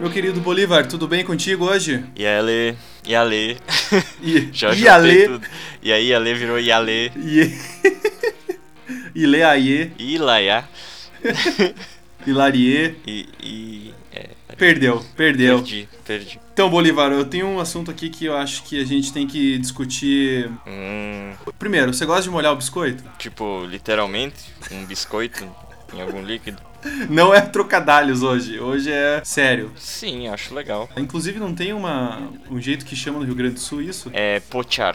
Meu querido Bolívar, tudo bem contigo hoje? E Ale, e Ale. E, Já e juntei Ale. tudo. E aí Ale virou Yale. E, e Lê Aie, Ilaiá. e Larie. E. e é, Perdeu, perdeu. perdi, perdi. Então, Bolívar, eu tenho um assunto aqui que eu acho que a gente tem que discutir. Hum, Primeiro, você gosta de molhar o biscoito? tipo, literalmente, um biscoito em algum líquido. Não é trocadalhos hoje, hoje é sério. Sim, acho legal. Inclusive, não tem uma, um jeito que chama no Rio Grande do Sul isso? É pochar.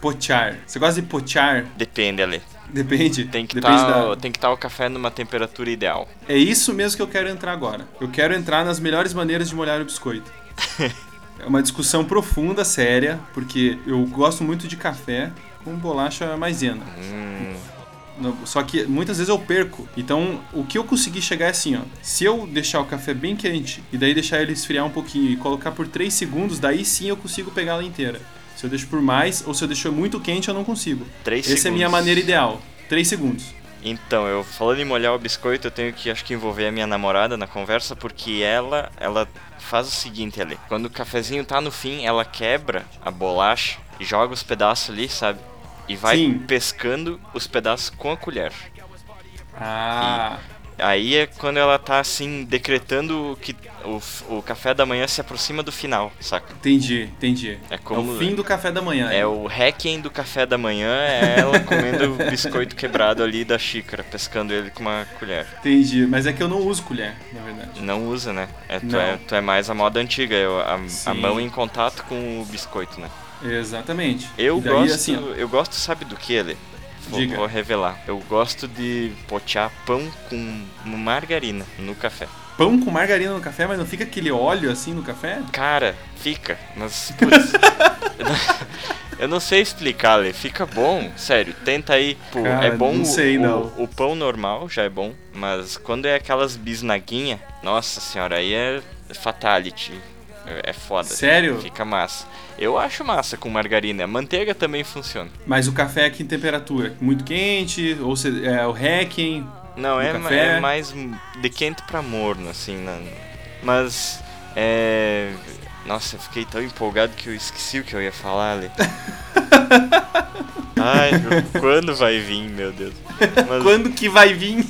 Pochar. Você gosta de pochar? Depende, Ale. Depende. Tem que Depende tá, da- tem que estar o café numa temperatura ideal. É isso mesmo que eu quero entrar agora. Eu quero entrar nas melhores maneiras de molhar o biscoito. é uma discussão profunda, séria, porque eu gosto muito de café com bolacha maisena. Hum, No- Só que muitas vezes eu perco. Então, o que eu consegui chegar é assim, ó. Se eu deixar o café bem quente e daí deixar ele esfriar um pouquinho e colocar por 3 segundos, daí sim eu consigo pegar ela inteira. Se eu deixo por mais ou se eu deixo muito quente, eu não consigo. três Essa é a minha segundos. maneira ideal. 3 segundos. Então, eu falando em molhar o biscoito, eu tenho que acho que envolver a minha namorada na conversa, porque ela ela faz o seguinte ali. Quando o cafezinho tá no fim, ela quebra a bolacha e joga os pedaços ali, sabe? E vai Sim. pescando os pedaços com a colher. Ah, Aí é quando ela tá assim decretando que o, f- o café da manhã se aproxima do final, saca? entendi, entendi. É É como o fim do café da manhã. é o requiem do café da manhã, é ela comendo o biscoito quebrado ali da xícara, pescando ele com uma colher. Entendi, mas é que eu não uso colher, na verdade. Não usa, né? É, tu, Não. é, tu é mais a moda antiga, eu- a, a Sim. mão em contato com o biscoito, né? Exatamente. Eu E daí, gosto, assim, ó, eu gosto, sabe do que, ele? Vou, Diga. vou revelar. Eu gosto de potear pão com margarina no café. pão com margarina no café, mas não fica aquele óleo assim no café? Cara, fica, mas putz, eu não- eu não sei explicar, Lê. Fica bom, sério. Tenta aí. Pô, Cara, é bom não o- sei, o, não. o pão normal, já é bom, mas quando é aquelas bisnaguinha, nossa senhora, aí é fatality. É é foda. Sério? Fica massa. Eu acho massa com margarina. Manteiga também funciona. Mas o café é que temperatura? Muito quente? Ou se, é o Hacking? Não, No é, café? é mais de quente pra morno, assim. na- Mas, é... Nossa, eu fiquei tão empolgado que eu esqueci o que eu ia falar ali. Ai, quando vai vir, meu Deus. Mas, Quando que vai vir?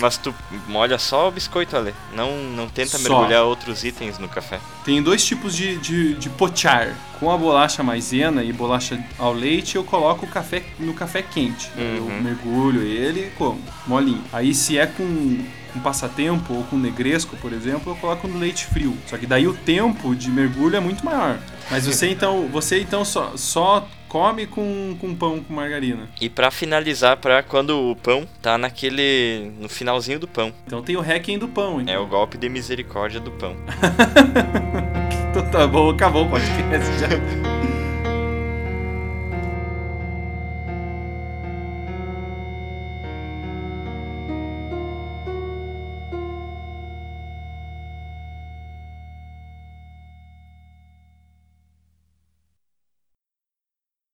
mas tu molha só o biscoito, Ale. Não, não tenta Só. mergulhar outros itens no café. Tem dois tipos de, de, de pochar. Com a bolacha maisena e bolacha ao leite, eu coloco o café no café quente. Eu Uhum. mergulho ele e como, molinho. Aí se é com, com passatempo ou com negresco, por exemplo, eu coloco no leite frio. Só que daí o tempo de mergulho é muito maior. Mas você então, você então só, só come com, com pão com margarina. E pra finalizar, pra quando o pão tá naquele... No finalzinho do pão. Então tem o hacking do pão, então. É o golpe de misericórdia do pão. É, Então tá bom, acabou o podcast já.